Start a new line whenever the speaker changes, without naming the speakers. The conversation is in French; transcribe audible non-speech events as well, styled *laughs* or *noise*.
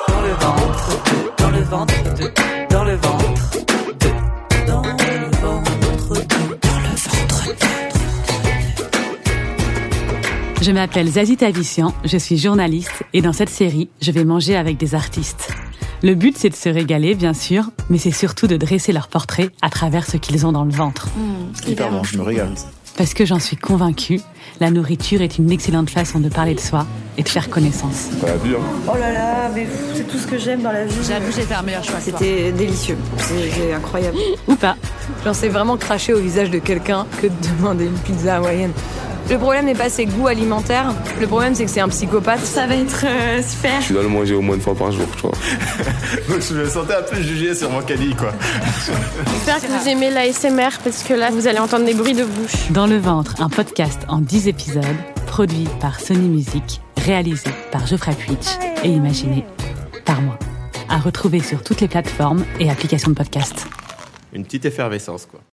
ventre, dans le ventre, de- dans le ventre, de- dans le ventre, de- dans le ventre.
Je m'appelle Zazie Tavissian, je suis journaliste et dans cette série, je vais manger avec des artistes. Le but, c'est de se régaler, bien sûr, mais c'est surtout de dresser leur portrait à travers ce qu'ils ont dans le ventre.
Hyper bon, je me régale.
Parce que j'en suis convaincue, la nourriture est une excellente façon de parler de soi et de faire connaissance.
Pas la pire.
Oh là là, mais c'est tout ce que j'aime dans la vie.
J'avoue, j'ai fait un meilleur choix. C'était
C'était délicieux, c'était incroyable.
Ou pas.
j'en sais vraiment craché au visage de quelqu'un que de demander une pizza hawaïenne. Le problème n'est pas ses goûts alimentaires, le problème c'est que c'est un psychopathe.
Ça va être super.
Tu dois le manger au moins une fois par jour, tu vois.
Donc *laughs* je me sentais un peu jugé sur mon caddie, quoi.
J'espère que vous aimez l'ASMR parce que là, vous allez entendre des bruits de bouche.
Dans le ventre, un podcast en 10 épisodes, produit par Sony Music, réalisé par Geoffrey Puitch et imaginé par moi. À retrouver sur toutes les plateformes et applications de podcast.
Une petite effervescence, quoi.